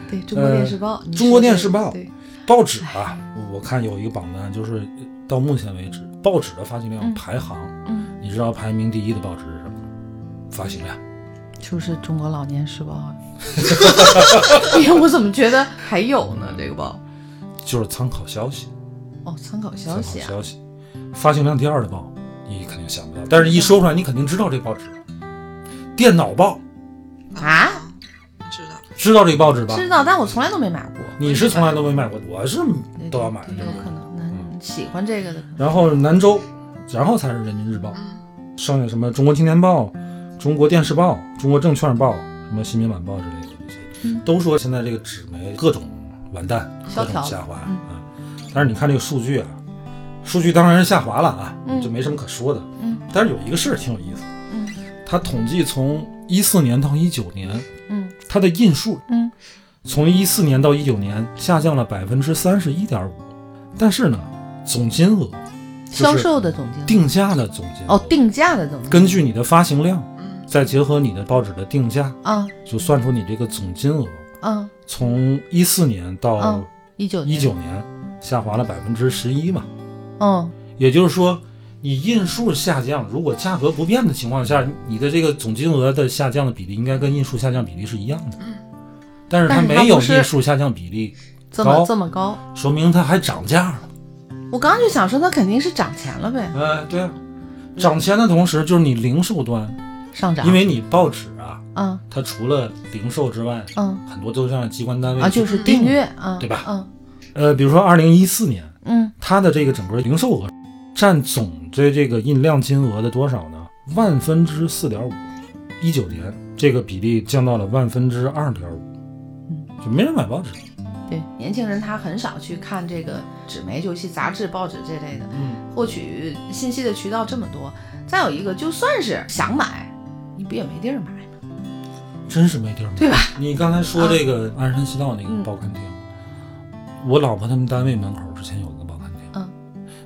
对，中国电视报，你呃中国说电这视个报对，报纸啊，我看有一个榜单，就是到目前为止，报纸的发行量嗯排行，嗯，你知道排名第一的报纸是什么吗？发行量。就是中国老年时报 啊。哎呀，我怎么觉得还有呢？这个报就是参考消息，哦，参考消参息啊考，消息，发行量第二的报，你肯定想不到，但是一说出来，你肯定知道这报纸。电脑报，啊，知道。知道这报纸吧？知道，但我从来都没买过。你是从来都没买过，我是对都要买对这有个。可能。那你喜欢这个的可能，然后南州，然后才是人民日报，嗯，剩下什么中国青年报、中国电视报、中国证券报、什么新民晚报之类的这些，都说现在这个纸媒各种完蛋，嗯萧各条种下滑啊、嗯但是你看这个数据啊，数据当然是下滑了啊，嗯这没什么可说的。嗯，但是有一个事儿挺有意思，嗯，它统计从一四年到一九年，嗯它的印数嗯从一四年到一九年下降了百分之三十一点五，但是呢，总金额就是销售的总经理定价的总金额哦，定价的总经理根据你的发行量，嗯再结合你的报纸的定价，啊就算出你这个总金额。啊从一四年到嗯一九一九年，下滑了百分之十一嘛。嗯也就是说，你印数下降，如果价格不变的情况下，你的这个总金额的下降的比例应该跟印数下降比例是一样的。嗯但是它但是它没有不是印数下降比例，这么高这么高，说明它还涨价了。我刚刚就想说他肯定是涨钱了呗，哎，对啊，涨钱的同时，就是你零售端，上涨，因为你报纸啊，嗯它除了零售之外，嗯很多都是让机关单位啊去就是定订阅啊对吧嗯呃，比如说二零一四年，嗯它的这个整个零售额占总的这个印量金额的多少呢？万分之四点五，一九年这个比例降到了万分之二点五，嗯就没人买报纸。对，年轻人他很少去看这个纸媒，尤其杂志、报纸这类的，嗯，获取信息的渠道这么多。再有一个，就算是想买，你不也没地儿买吗？真是没地儿买。对吧？啊嗯你刚才说这个鞍山西道那个报刊亭，我老婆他们单位门口之前有一个报刊亭。嗯，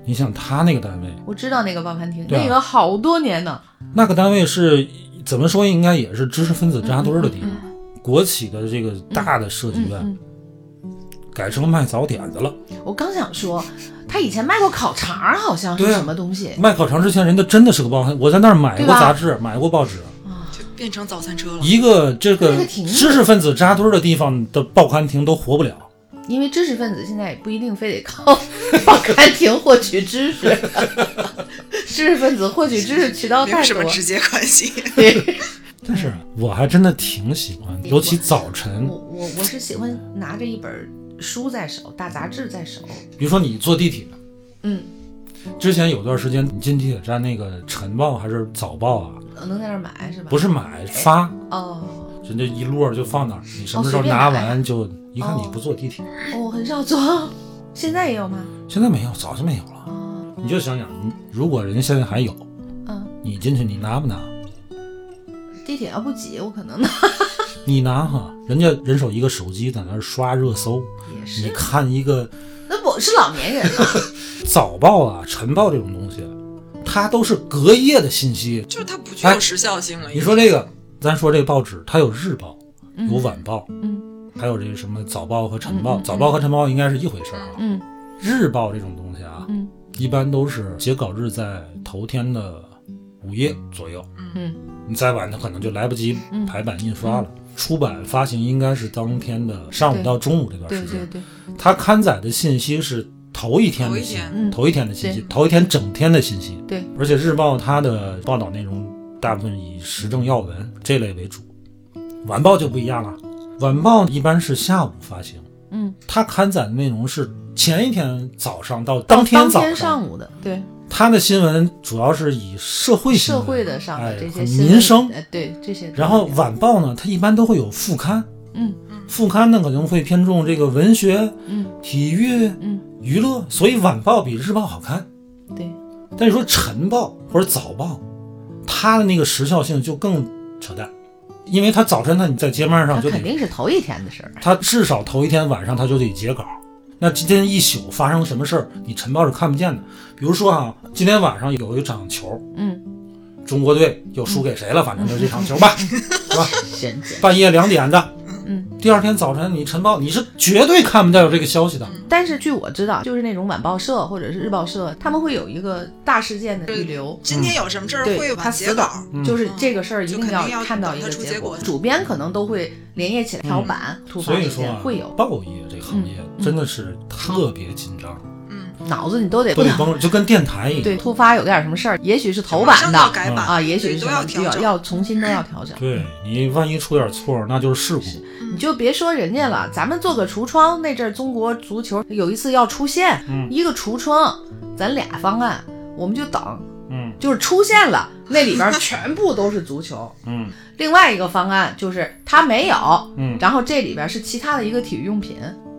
你想他那个单位，我知道那个报刊亭，对啊那个好多年呢。那个单位是怎么说，应该也是知识分子扎堆儿的地方。国企的这个大的设计嗯院、嗯，改成卖早点的了，我刚想说，他以前卖过烤肠儿，好像是对啊什么东西。卖烤肠之前，人家真的是个报刊，我在那儿买对过吧杂志，买过报纸。就变成早餐车了。一个这个那个亭子知识分子扎堆儿的地方的报刊亭都活不了。因为知识分子现在也不一定非得靠报刊亭获取知识，知识分子获取知识渠道没有太什多么。直接关系， 对但是我还真的挺喜欢，嗯尤其早晨我，我我是喜欢拿着一本书在手，大杂志在手。比如说你坐地铁，嗯，之前有段时间你进地铁站那个晨报还是早报啊，能在那儿买是吧？不是是买发，哦，人家一摞就放那儿，你什么时哦随候便拿拿完就一看哦你不坐地铁，哦我很少做，现在也有吗？现在没有，早就没有了。哦，你就想想，你如果人家现在还有，嗯，你进去你拿不拿？地铁要不挤，我可能呢你拿哈，人家人手一个手机在那儿刷热搜，也你是。看一个那我是老年人了， 早报啊、晨报这种东西，它都是隔夜的信息。就是它不具有时效性了。哎你说这个，咱说这个报纸，它有日报，有晚报，嗯还有这什么早报和晨报。嗯嗯早报和晨报应该是一回事儿啊。嗯日报这种东西啊，嗯一般都是截稿日在头天的午夜左右，嗯你再晚它可能就来不及嗯排版印刷了。出版发行应该是当天的上午对到中午这段对时对间，对，它刊载的信息是头一天头的一信天，嗯头一天的信息，对头一天整天的信息。对，而且日报它的报道内容大部分以时政要闻这类为主，晚报就不一样了。晚报一般是下午发行，嗯，它刊载的内容是前一天早上到当天早哦嗯当天上午的对。它的新闻主要是以社会新闻社会的上的这些哎、新闻民生。呃，对这些。然后，晚报呢，它一般都会有副刊，嗯副刊呢可能会偏重这个文学、嗯体育、嗯，娱乐，所以晚报比日报好看。对，但是说晨报或者早报，它的那个时效性就更扯淡，因为它早晨它你在街面他上就肯得，定是头一天的事儿。它至少头一天晚上它就得截稿。那今天一宿发生什么事儿，你晨报是看不见的。比如说啊，今天晚上有一场球，嗯，中国队又输给谁了，反正就这场球吧，是吧？真真。半夜两点的，嗯，第二天早晨你晨报你是绝对看不到有这个消息的。但是据我知道，就是那种晚报社或者是日报社，他们会有一个大事件的预留。今天有什嗯么事儿会对他晚死截稿稿，，嗯就是这个事儿一定就肯定要看到一个等它出结结果主编可能都会连夜起来调版，突嗯发所以事说件啊会，有，嗯报业这行业真的是特别紧张，嗯，脑子你都得都不得绷，就跟电台一样。对，突发有点什么事儿，也许是头马上版要的改版啊，也许对都是什么要就调要整。要重新都要调整。对你万一出点错，那就是事故。嗯你就别说人家了，咱们做个橱窗，那阵儿中国足球有一次要出现、嗯一个橱窗，咱俩方案，我们就等，嗯就是出现了，那里边儿全部都是足球。嗯另外一个方案就是它没有，嗯，然后这里边儿是其他的一个体育用品，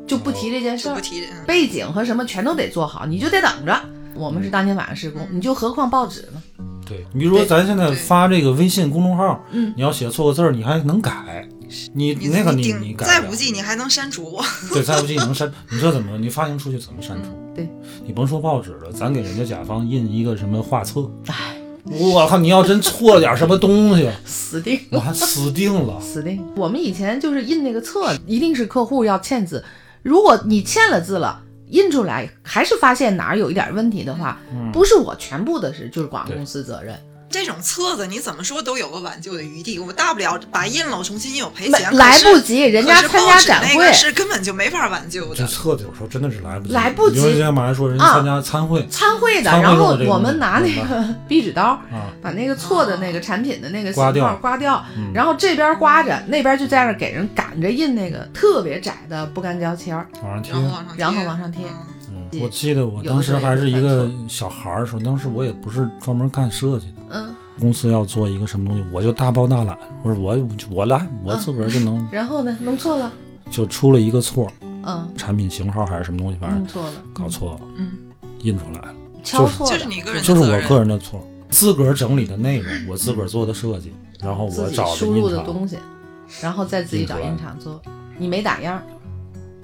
就不提这件事就儿不，提人。背景和什么全都得做好，你就得等着。我们是当天晚上施工，你就何况报纸呢？对你比如说咱现在发这个微信公众号，嗯，你要写错个字儿，你还能改。你你那个你顶你改再不不了济你还能删除， 对再不济你能删，你这怎么你发行出去怎么删除？对，你甭说报纸了，咱给人家甲方印一个什么画册，哎，我靠，你要真错了点什么东西，死定了我。还死定了。死定！我们以前就是印那个册，一定是客户要签字，如果你签了字了。印出来还是发现哪儿有一点问题的话，嗯不是我全部的是就是广告公司责任，这种册子你怎么说都有个挽救的余地。我大不了把印了，我重新印，我赔没钱。来可是不及，人家参加展可是报纸那会个是根本就没法挽救这的。册子有时候真的是来不及，来不及啊因为就像马来说，人家参加参会参会的，参会然用后的这个我们拿那个 壁纸刀啊，把那个错的那个产品的那个型刮掉嗯号刮掉，然后这边刮着，那边就在那给人赶着印那个特别窄的不干胶签儿，往上贴然。后往上贴，然后往上贴嗯嗯我记得我当时还是一个小孩儿的时候，当时我也不是专门干设计的。嗯公司要做一个什么东西，我就大包大揽，我说我我来，我自个儿就能然后呢，弄错了，就出了一个错，嗯，产品型号还是什么东西，反弄正错了，搞错了，嗯，印出来了，敲错了，就是你个人嗯的就是责我任个人的错，自个儿整理的内容，我自个儿做的设计，然后我自己找输入印的厂，东西，然后再自己找印厂做，你没打样儿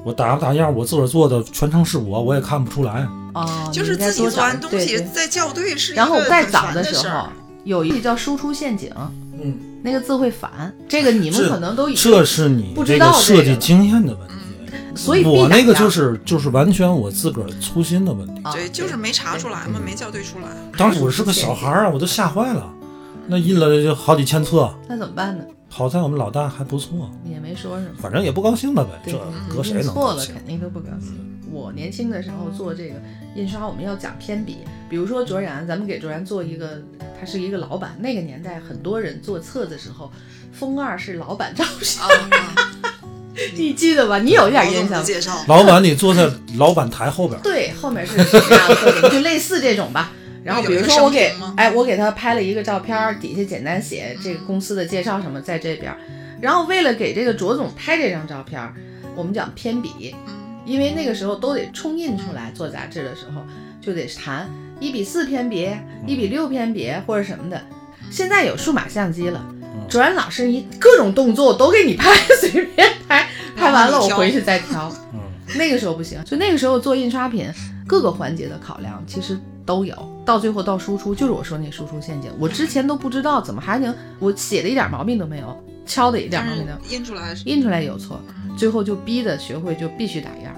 我打不打样，我自个儿做的全程是我，我也看不出来，哦，就你是应该自己多做找完东西对对再校对是一然后个再很找烦的的时事候儿，有一个叫输出陷阱，嗯。那个字会反，这个你们这可能都已经这是你不知这个道这设个计了经验的问题。所以必我打那个样就是就是完全我自个儿粗心的问题。啊对，就是没查出来嘛，嗯没校对出来。当时我是个小孩儿啊，我都吓坏了。那印了就好几千册，那怎么办呢？好在我们老大还不错，也没说什么。反正也不高兴了呗。对这对搁谁印能嗯错高了兴？肯定都不高兴。我年轻的时候做这个印刷，我们要讲偏笔，比如说卓然，咱们给卓然做一个，他是一个老板。那个年代，很多人做册子的时候，封二是老板照片，啊，嗯你记得吧？你有一嗯点印象吧。介绍，老板，你坐在老板台后边儿，对，后面是什么样的特征，就类似这种吧。然后比如说我有一给个商品吗哎，我给他拍了一个照片儿，底下简单写这个公司的介绍什么在这边儿。然后为了给这个卓总拍这张照片儿，我们讲偏笔，嗯因为那个时候都得冲印出来做杂志的时候就得谈一比四偏笔、一比六偏笔或者什么的。现在有数码相机了，卓然老师一各种动作都给你拍， 随便拍，拍完了我回去再调。嗯，那个时候不行，就那个时候做印刷品，各个环节的考量其实都有，到最后到输出，就是我说那输出陷阱，我之前都不知道怎么还能，我写的一点毛病都没有，敲的一点但毛是病都没有，印出来是印出来有错，最后就逼的学会就必须打样，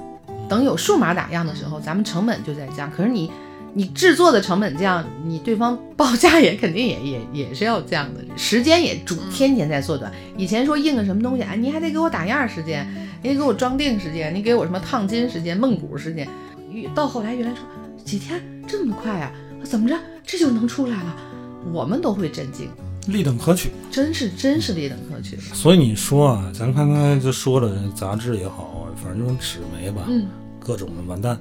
等有数码打样的时候，咱们成本就在降，可是你。你制作的成本降，你对方报价也肯定也也也是要降的，时间也逐天天在缩短。以前说印个什么东西，哎，你还得给我打样时间，你给我装订时间，你给我什么烫金时间、梦骨时间，越到后来原来说几天这么快啊，怎么着这就能出来了，我们都会震惊，立等可取。真是真是劣等可取。所以你说啊，咱刚才就说了，杂志也好，反正这种纸媒吧，嗯各种的完 蛋，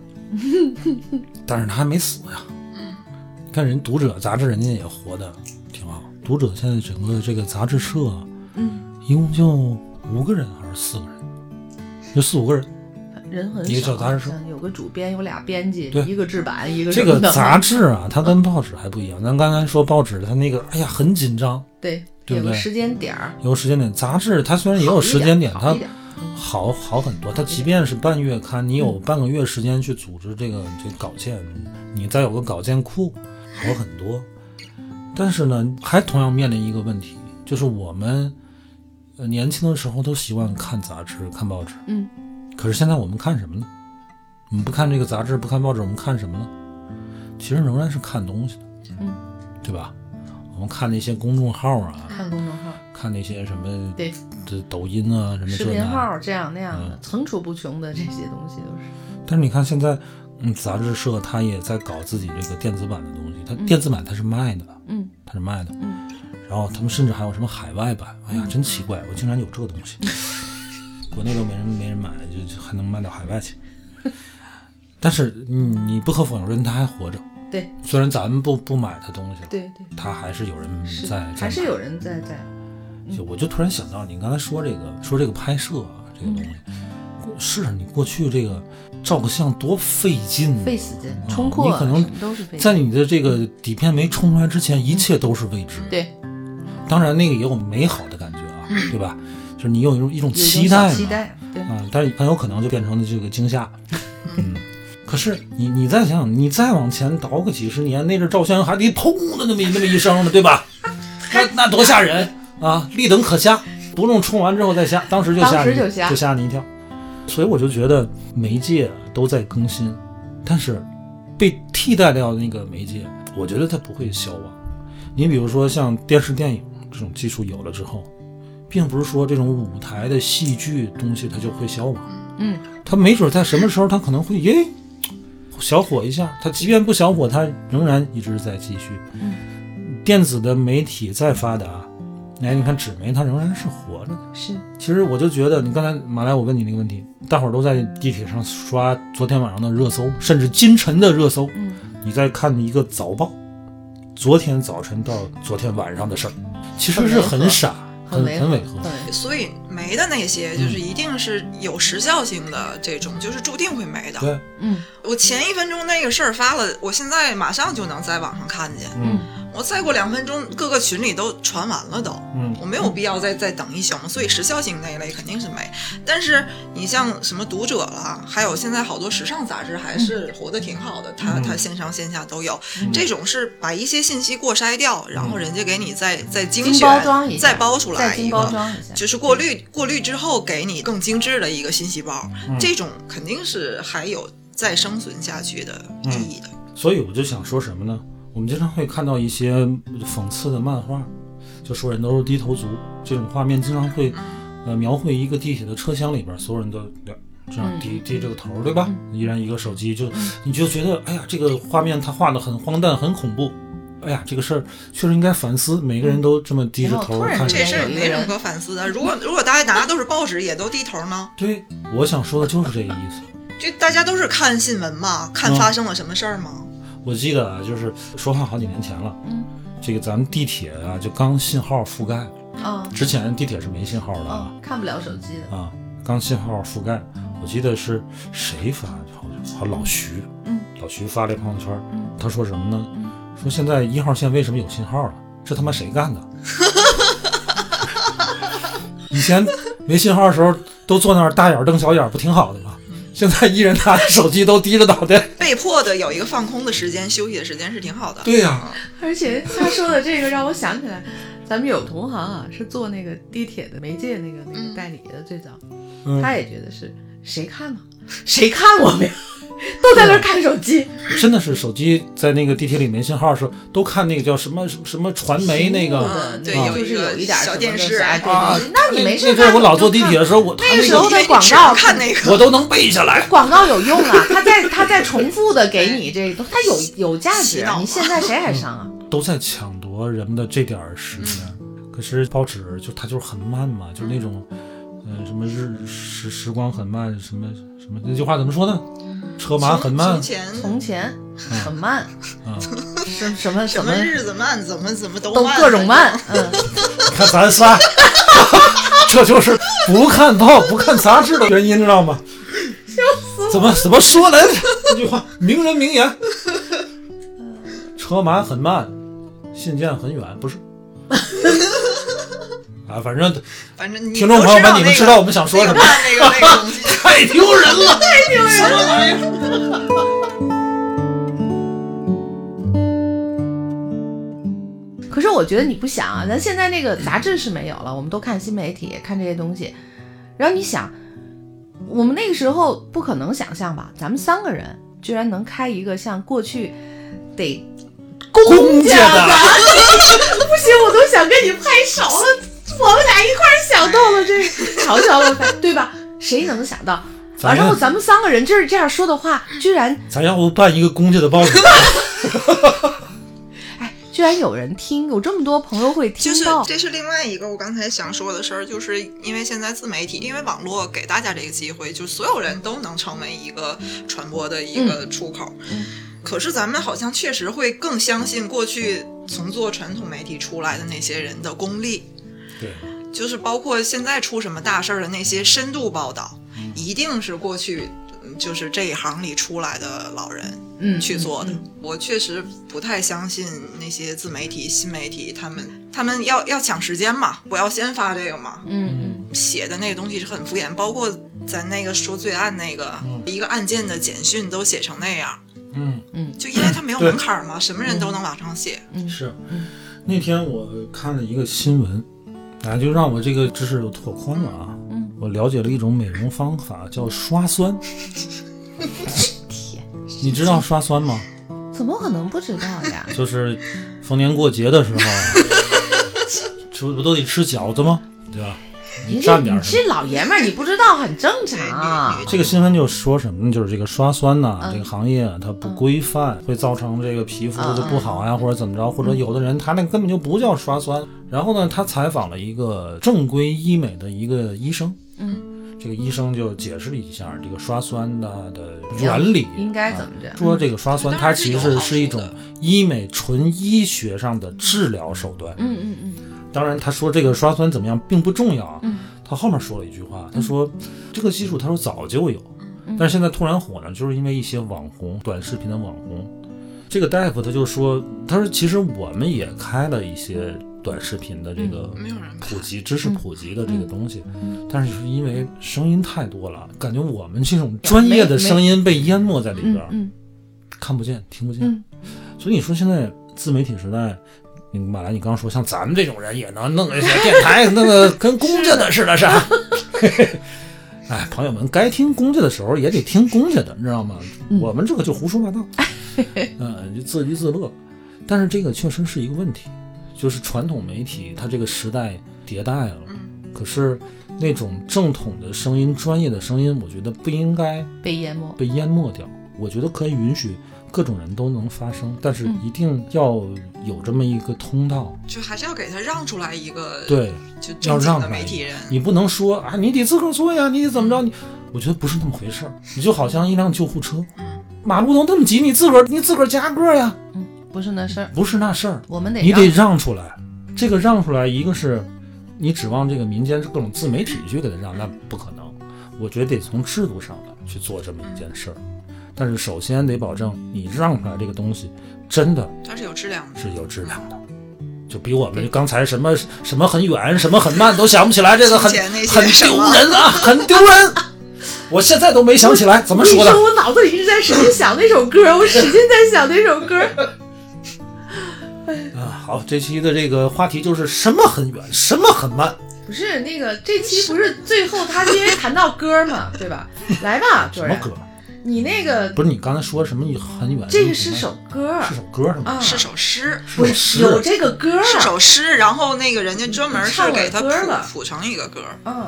但是他还没死呀。看人读者杂志，人家也活的挺好。读者现在整个这个杂志社，嗯，一共就五个人还是四个人，就四五个人。人很一个少，小杂志社像有个主编，有俩编辑，对一个制版，一个这什个么的杂志啊，它跟报纸还不一样。咱刚才说报纸，它那个哎呀很紧张，对对有不对个时间点儿，有时间点。杂志它虽然也有好一时间点，好它一点嗯好好很多。它即便是半月刊，你有半个月时间去组织这个这稿件，你再有个稿件库，好很多。但是呢，还同样面临一个问题，就是我们呃年轻的时候都习惯看杂志、看报纸，嗯，可是现在我们看什么呢？我们不看这个杂志，不看报纸，我们看什么呢？其实仍然是看东西的，嗯，对吧？我们看那些公众号啊，看公众号，看那些什么对这抖音啊，什么视这频那号这样那样的嗯，层出不穷的这些东西都是。但是你看现在，嗯，杂志社它也在搞自己这个电子版的东西，它电子版它是卖的，嗯，它是卖的，嗯，然后他们甚至还有什么海外版，哎呀，真奇怪，我竟然有这个东 西，国内都没人没人买，就就还能卖到海外去。 但是你你不可否认，它还活着，对虽然咱们不不买它东西了，对对，它还是有人是在，在还是买有人在在。就我就突然想到，你刚才说这个说这个拍摄啊，这个东西，嗯过是啊你过去这个照个相多费劲、啊，费死劲啊，冲破你可能什么都是费劲在你的这个底片没冲出来之前，一切都是未知。对，嗯当然，那个也有美好的感觉啊，对吧？就是你有一种一种有一种期待小嘛，期待，对，啊，但是很有可能就变成了这个惊吓。嗯，可是你你再想想，你再往前倒个几十年，那阵照相还得砰的那么一那么一声呢，对吧？那那多吓人啊！立等可吓，不用冲完之后再吓，当时就吓当时你，就吓你一跳。所以我就觉得媒介都在更新，但是被替代掉的那个媒介，我觉得它不会消亡。你比如说像电视、电影这种技术有了之后，并不是说这种舞台的戏剧东西它就会消亡，嗯，它没准在什么时候它可能会耶小火一下，它即便不小火，它仍然一直在继续。嗯，电子的媒体再发达，哎，你看纸媒它仍然是活着的。是其实我就觉得，你刚才马来我问你那个问题，大伙儿都在地铁上刷昨天晚上的热搜，甚至今晨的热搜。嗯，你在看一个早报，昨天早晨到昨天晚上的事儿，其实是很傻，很很违和违和。对所以没的那些嗯就是一定是有时效性的，这种就是注定会没的。对，嗯我前一分钟那个事儿发了，我现在马上就能在网上看见，嗯我再过两分钟各个群里都传完了都。嗯，我没有必要再再等一宿嘛，所以时效性那一类肯定是没。但是你像什么读者啦，还有现在好多时尚杂志还是活得挺好的，它嗯它线上线下都有。嗯这种是把一些信息过筛掉，然后人家给你再再精精选包装一下再包出再来精一包个。装一下，就是过滤，过滤之后给你更精致的一个信息包，嗯这种肯定是还有再生存下去的意义的。所以我就想说什么呢？我们经常会看到一些讽刺的漫画，就说人都是低头族，这种画面经常嗯会，呃，描绘一个地铁的车厢里边，所有人都这嗯样低低着个头，对吧？一人一个手机，就你就觉得，哎呀，这个画面他画的很荒诞，很恐怖。哎呀，这个事儿确实应该反思，每个人都这么低着头然后突然看着之这间事有儿一个没什么人可反思的。如果如果大家拿的都是报纸，也都低头呢，对，我想说的就是这个意思。这大家都是看新闻嘛，看嗯发生了什么事儿吗？我记得啊，就是说话好几年前了，嗯，这个咱们地铁啊，就刚信号覆盖，嗯之前地铁是没信号的啊，嗯，看不了手机的，啊，刚信号覆盖，我记得是谁发的，好像好像老徐，嗯，老徐发了一朋友圈儿，嗯他说什么呢？嗯说现在一号线为什么有信号了？这他妈谁 干的？以前没信号的时候都坐那儿大眼瞪小眼儿，不挺好的吗？嗯现在一人拿着手机都低着脑 袋。被迫的有一个放空的时间、休息的时间是挺好的。对呀、而且他说的这个让我想起来，咱们有同行啊，是做那个地铁的媒介那个那个代理的，最早、嗯，他也觉得是谁看呢？谁看我们呀？ 都在那儿看手机，真的是手机在那个地铁里没信号的时候，都看那个叫什么什么什么传媒那个嗯对那有个一就是啊个有一点小什么电的视啥啊对对对，那你没事那干。阵儿我老坐你地就铁的时候，我那个时因候为的你广只告能看那我个，都能背下来。广告有用啊， 他在他在重复的给你这个，他有有价值洗啊。脑你现在谁还上啊？都在抢夺人们的这点儿时间。可是报纸就它就是很慢嘛，就是那种，呃，什么日时时光很慢，什么什么那句话怎么说呢？车马很慢从前从前嗯很慢，啊！什什什么什么么日子慢，怎么怎么都都慢，各种慢，嗯，你看咱仨， 这就是不看报、不看杂志的原因，知道吗？笑死我！怎么怎么说来着？那句话名人名言：车马很慢，信件很远， 不是？啊，反正反正你听众朋友们你们知道我们想说什么那个那个那个东西。太丢人了，太丢人了。可是我觉得你不想啊，咱现在那个杂志是没有了，我们都看新媒体，看这些东西。然后你想，我们那个时候不可能想象吧？咱们三个人居然能开一个像过去得公家家的不行，我都想跟你拍手了。我们俩一块儿想到了这，瞧瞧吧，对吧？谁能想到？咱然后们咱们三个人就是这样说的话，居然咱要不办一个公家的报 纸？哎，居然有人听，有这么多朋友会听就是到，这是另外一个我刚才想说的事儿，就是因为现在自媒体，因为网络给大家这个机会，就所有人都能成为一个传播的一个出口。嗯可是咱们好像确实会更相信过去从做传统媒体出来的那些人的功力，对，就是包括现在出什么大事儿的那些深度报道，嗯一定是过去嗯就是这一行里出来的老人嗯，去做的嗯。我确实不太相信那些自媒体、新媒体，他们他们要要抢时间嘛，我要先发这个嘛，嗯写的那个东西是很敷衍，包括咱那个说罪案那个嗯，一个案件的简讯都写成那样，嗯，就因为它没有对门槛嘛，什么人都能往上写。嗯是。那天我看了一个新闻，啊，就让我这个知识又拓宽了啊。嗯，我了解了一种美容方法，叫刷酸。嗯，天，你知道刷酸吗？怎么可能不知道呀？就是逢年过节的时候啊，这不都得吃饺子吗？对吧？你你蘸这点你儿什么？是老爷们儿，你不知道很正常啊。这个新闻就说什么呢？就是这个刷酸呐、嗯这个行业它不规范，会造成这个皮肤的不好呀、嗯或者怎么着，或者有的人他那根本就不叫刷酸。然后呢，他采访了一个正规医美的一个医生，嗯，这个医生就解释了一下这个刷酸的的原理，应该怎么着啊说这个刷酸嗯它其实是一种当然医美纯医学上的治疗手段。嗯嗯嗯当然，他说这个刷酸怎么样并不重要啊。嗯他后面说了一句话，他说这个技术他说早就有，但是现在突然火呢，就是因为一些网红短视频的网红。这个大夫他就说，他说其实我们也开了一些短视频的这个嗯没有人看普及知识普及的这个东西，但是就是因为声音太多了，感觉我们这种专业的声音被淹没在里边嗯儿，嗯看不见听不见。嗯，所以你说现在自媒体时代，你马来你刚说像咱们这种人也能弄一些电台，弄个跟公家的似的，是吧？哎，朋友们，该听公家的时候也得听公家的，你知道吗？我们这个就胡说八道，嗯，就自娱自乐。但是这个确实是一个问题，就是传统媒体它这个时代迭代了，可是那种正统的声音、专业的声音，我觉得不应该被淹没。被淹没掉。我觉得可以允许各种人都能发声，但是一定要有这么一个通道。就还是要给他让出来一个，对，就要正经让的开媒体人。你不能说啊，你得自个儿做呀，你得怎么着？你我觉得不是那么回事儿。你就好像一辆救护车，马路灯这么挤，你自个儿你自个儿加个儿呀，嗯，不是那事儿，不是那事儿。我们得你让得让出来。这个让出来，一个是你指望这个民间各种自媒体去给他让，那不可能。我觉得得从制度上来去做这么一件事儿。嗯但是首先得保证你让出来这个东西真的它是有质量的，是有质量的，就比我们刚才什么什么很远、什么很慢都想不起来，这个很从前那些很什丢么人啊，很丢人。我现在都没想起来怎么我跟说你的。说，我脑子里一直在使劲想那首歌，我使劲在想那首歌。啊，好，这期的这个话题就是什么很远，什么很慢。不是那个，这期不是最后他因为谈到歌嘛，对吧？来吧，卓什么然，歌？你那个不是你刚才说什么很远？这个是首歌是首歌是吗？啊，是首诗，不是是有这个歌，是首诗，然后那个人家专门唱是了给他歌了谱谱成一个歌。 嗯，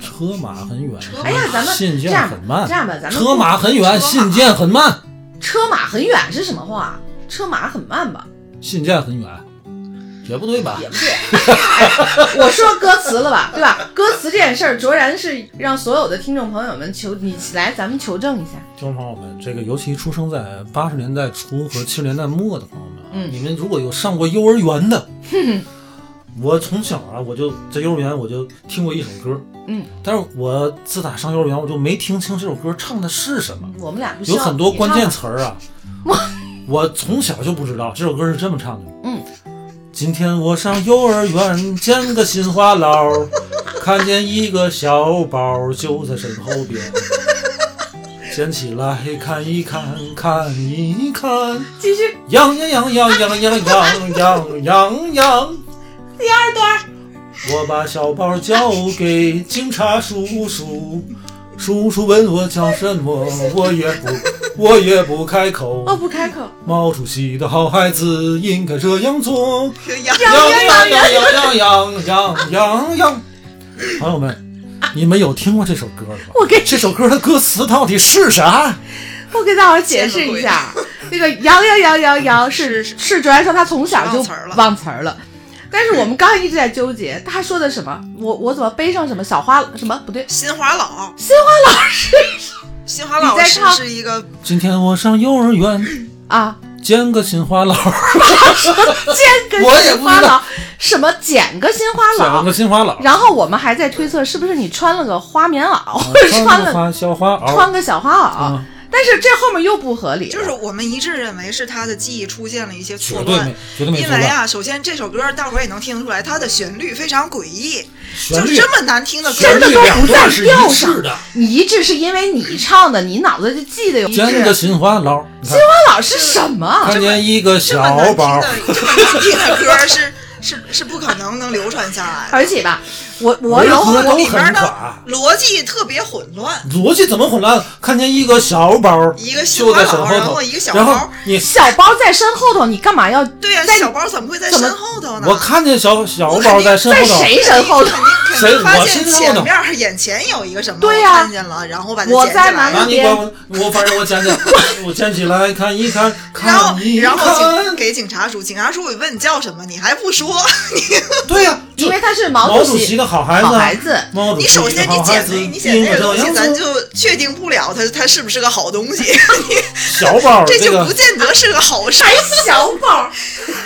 车马很远，哎呀，咱们信这件样很吧，慢这。样吧，咱们车马很远，车马信件很慢，车马很远是什么话？车马很慢吧？信件很远，也不对吧也？不对。 哎我说歌词了吧，对吧？歌词这件事儿，卓然是让所有的听众朋友们求你起来，咱们求证一下。听众朋友们，这个尤其出生在八十年代初和七十年代末的朋友们啊，嗯你们如果有上过幼儿园的， 我从小啊，我就在幼儿园我就听过一首歌，嗯，但是我自打上幼儿园我就没听清这首歌唱的是什么，我们俩不需有要很多关键你唱吧词儿啊，我从小就不知道这首歌是这么唱的。嗯，今天我上幼儿园见个新话痨，看见一个小宝就在身后边，捡起来看一看，看一看，继续羊羊羊羊羊羊羊羊羊羊。第二段。我把小宝交给警察叔叔，叔叔问我叫什么，我也不我也不开口。哦，不开口。毛主席的好孩子应该这样做，这样羊羊羊羊羊羊羊羊。朋友们，你们有听过这首歌吗？ 我给这首歌的歌词到底是啥？我给大伙儿解释一下，那个羊羊羊羊羊 是是卓然说他从小就忘词儿了忘词 儿了。但是我们刚才一直在纠结，他说的什么？我我怎么背上什么小花什么不对？新华老，新花老师新华老你在师唱是一个今天我上幼儿园 啊，见个新花佬，剪个我也新不知花道老，什么剪个新花讲老个，新花佬，然后我们还在推测是不是你穿了个花棉袄，或者啊穿个了花小花袄穿。个小花袄嗯，但是这后面又不合理了，就是我们一致认为是他的记忆出现了一些绝错对乱没。，绝对没因错为的。啊，首先这首歌大伙儿也能听得出来，它的旋律非常诡异，旋就律这么难听的歌旋真律的儿，都两不段在是调一上致的。你一致是因为你唱的，你脑子就记得有一致。见个新花佬，你看花老师什么？啊看见一个这小么难听宝，的、这么难听的歌儿是是是不可能能流传下来的。而且吧，我我我有觉得都里很面垮的。逻辑特别混乱，逻辑怎么混乱？看见一个小包，一个小就包在身后然头，后一个小然后包你，小包在身后头，你干嘛要对呀、在小包怎么会在怎么身后头呢？我看见小小包在身在后头，谁身后头？肯定谁发我现身后前呢面儿眼前有一个什么，对我呀看见了，然后把它我捡在起哪来里了啊，你管我，我反正我捡起， 我捡起来看一看，然后看一然后看警，给警察叔，警察叔我问你叫什么，你还不说，对呀，因为他是毛主主席的好孩子，啊好孩子，毛主你席首先的你好孩捡子，你捡这个东英西，国咱的就确定不了它它是不是个好东 西， 小宝这这就不个见得是个好 事。 小宝，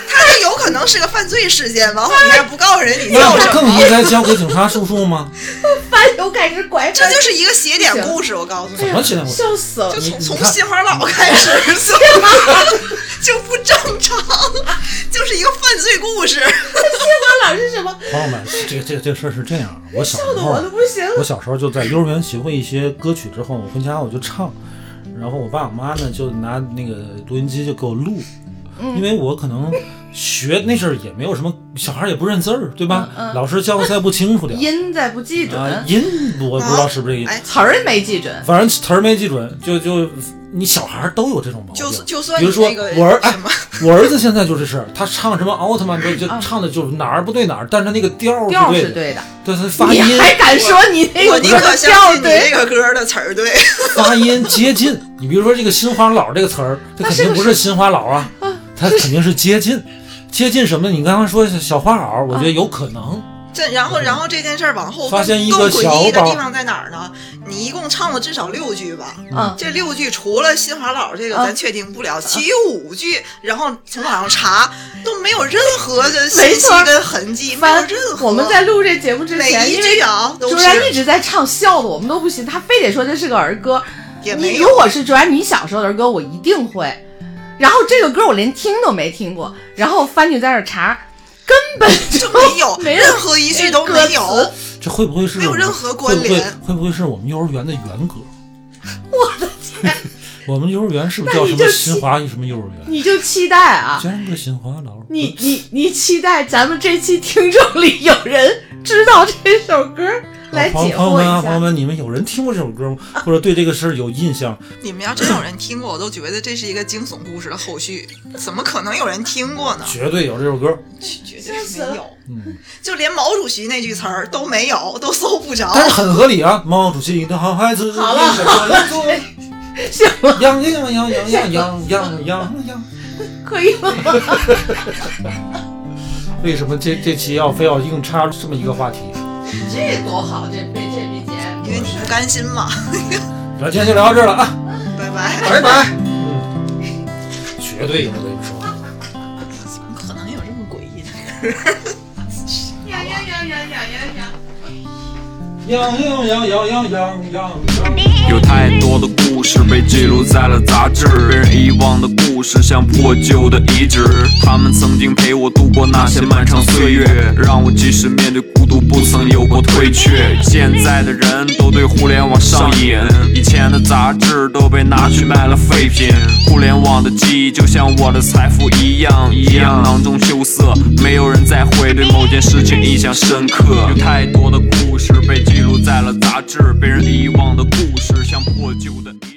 它这有可能是个犯罪事件，完后你还不告人，你那叫不什更么？应该交给警察叔叔吗？ 翻又开始拐这弯，就是一个邪典故事，我告诉怎你，么起来我？笑死了就。从你从看杏花老开 始就 就不正常，就是一个犯罪故事。老师什么朋友们，这个这个这个事儿是这样的，我小笑时的候我都不行了。我小时候就在幼儿园学会一些歌曲之后，我回家我就唱，然后我爸我妈呢就拿那个录音机就给我录，嗯因为我可能学那阵儿也没有什么，小孩儿也不认字儿，对吧？嗯嗯老师教的再不清楚点儿，音再不记准，啊音我不知道是不是这个意思，哎，词儿也没记准。反正词儿没记准，就就你小孩儿都有这种毛病就。就算比你如说那个我儿哎什么，我儿子现在就这事儿，他唱什么奥特曼就就啊唱的就是哪儿不对哪儿，但是他那个调儿调对是的，对的，对他发你音还敢说你哎那我个宁可调相信你对这？个歌的词儿对。 发音接近。你比如说这个“新花老”这个词儿，它那肯是定个不是新花老啊，它肯定是接近，接近什么？你刚刚说小花袄，我觉得有可能。这然后然后这件事儿往后发现一更个诡小异的宝地方在哪儿呢？你一共唱了至少六句吧？嗯，这六句除了新华老这个啊咱确定不了，其有五句，然后从网上查都没有任何的信息没错跟痕迹，没有翻任何。我们在录这节目之每前，一因为句啊都卓是然一直在唱笑的，我们都不行，他非得说这是个儿歌。也你没如有。果是卓然你小时候的儿歌，我一定会。然后这个歌我连听都没听过，然后翻去在那儿查，根 本就就没有没有任何一句都歌没有词，这会不会是没有我们任何关会不会联会不会是我们幼儿园的原歌？我的天， 我们幼儿园是不是那叫你什就么起新华什么幼儿园？你就期待啊！加个新华老。你你你期待咱们这期听众里有人知道这首歌来哦朋解朋友惑们啊，一朋友下？啊们，你们有人听过这首歌吗？或者对这个事儿有印象？你们要真有人听过，我都觉得这是一个惊悚故事的后续，怎么可能有人听过 呢？绝对有这首歌。哦绝对吓是死没了有，嗯，就连毛主席那句词儿都没有，都搜不 着。但是很合理啊。毛主席的好孩子，好了好了，行 了，羊羊羊羊羊羊羊羊羊。可以了。为什么这这期要非要硬插这么一个话题？这多好，这这这 BGM。因为你不甘心嘛。那今天就聊到这儿了啊，拜拜。拜拜。嗯，绝对有我跟你说。怎么可能有这么诡异的？呀呀呀呀呀呀呀！羊羊羊羊羊羊羊羊。有太多的故事被记录在了杂志，被人遗忘的故事像破旧的遗址，他们曾经陪我度过那些漫长岁月，让我即使面对孤独不曾有过退却。现在的人都对互联网上瘾，以前的杂志都被拿去卖了废品。互联网的记忆就像我的财富一样，一样囊中羞涩，没有人再会对某件事情印象深刻。有太多的故事被记录在了杂志，被人遗忘的故事像破旧的遗址。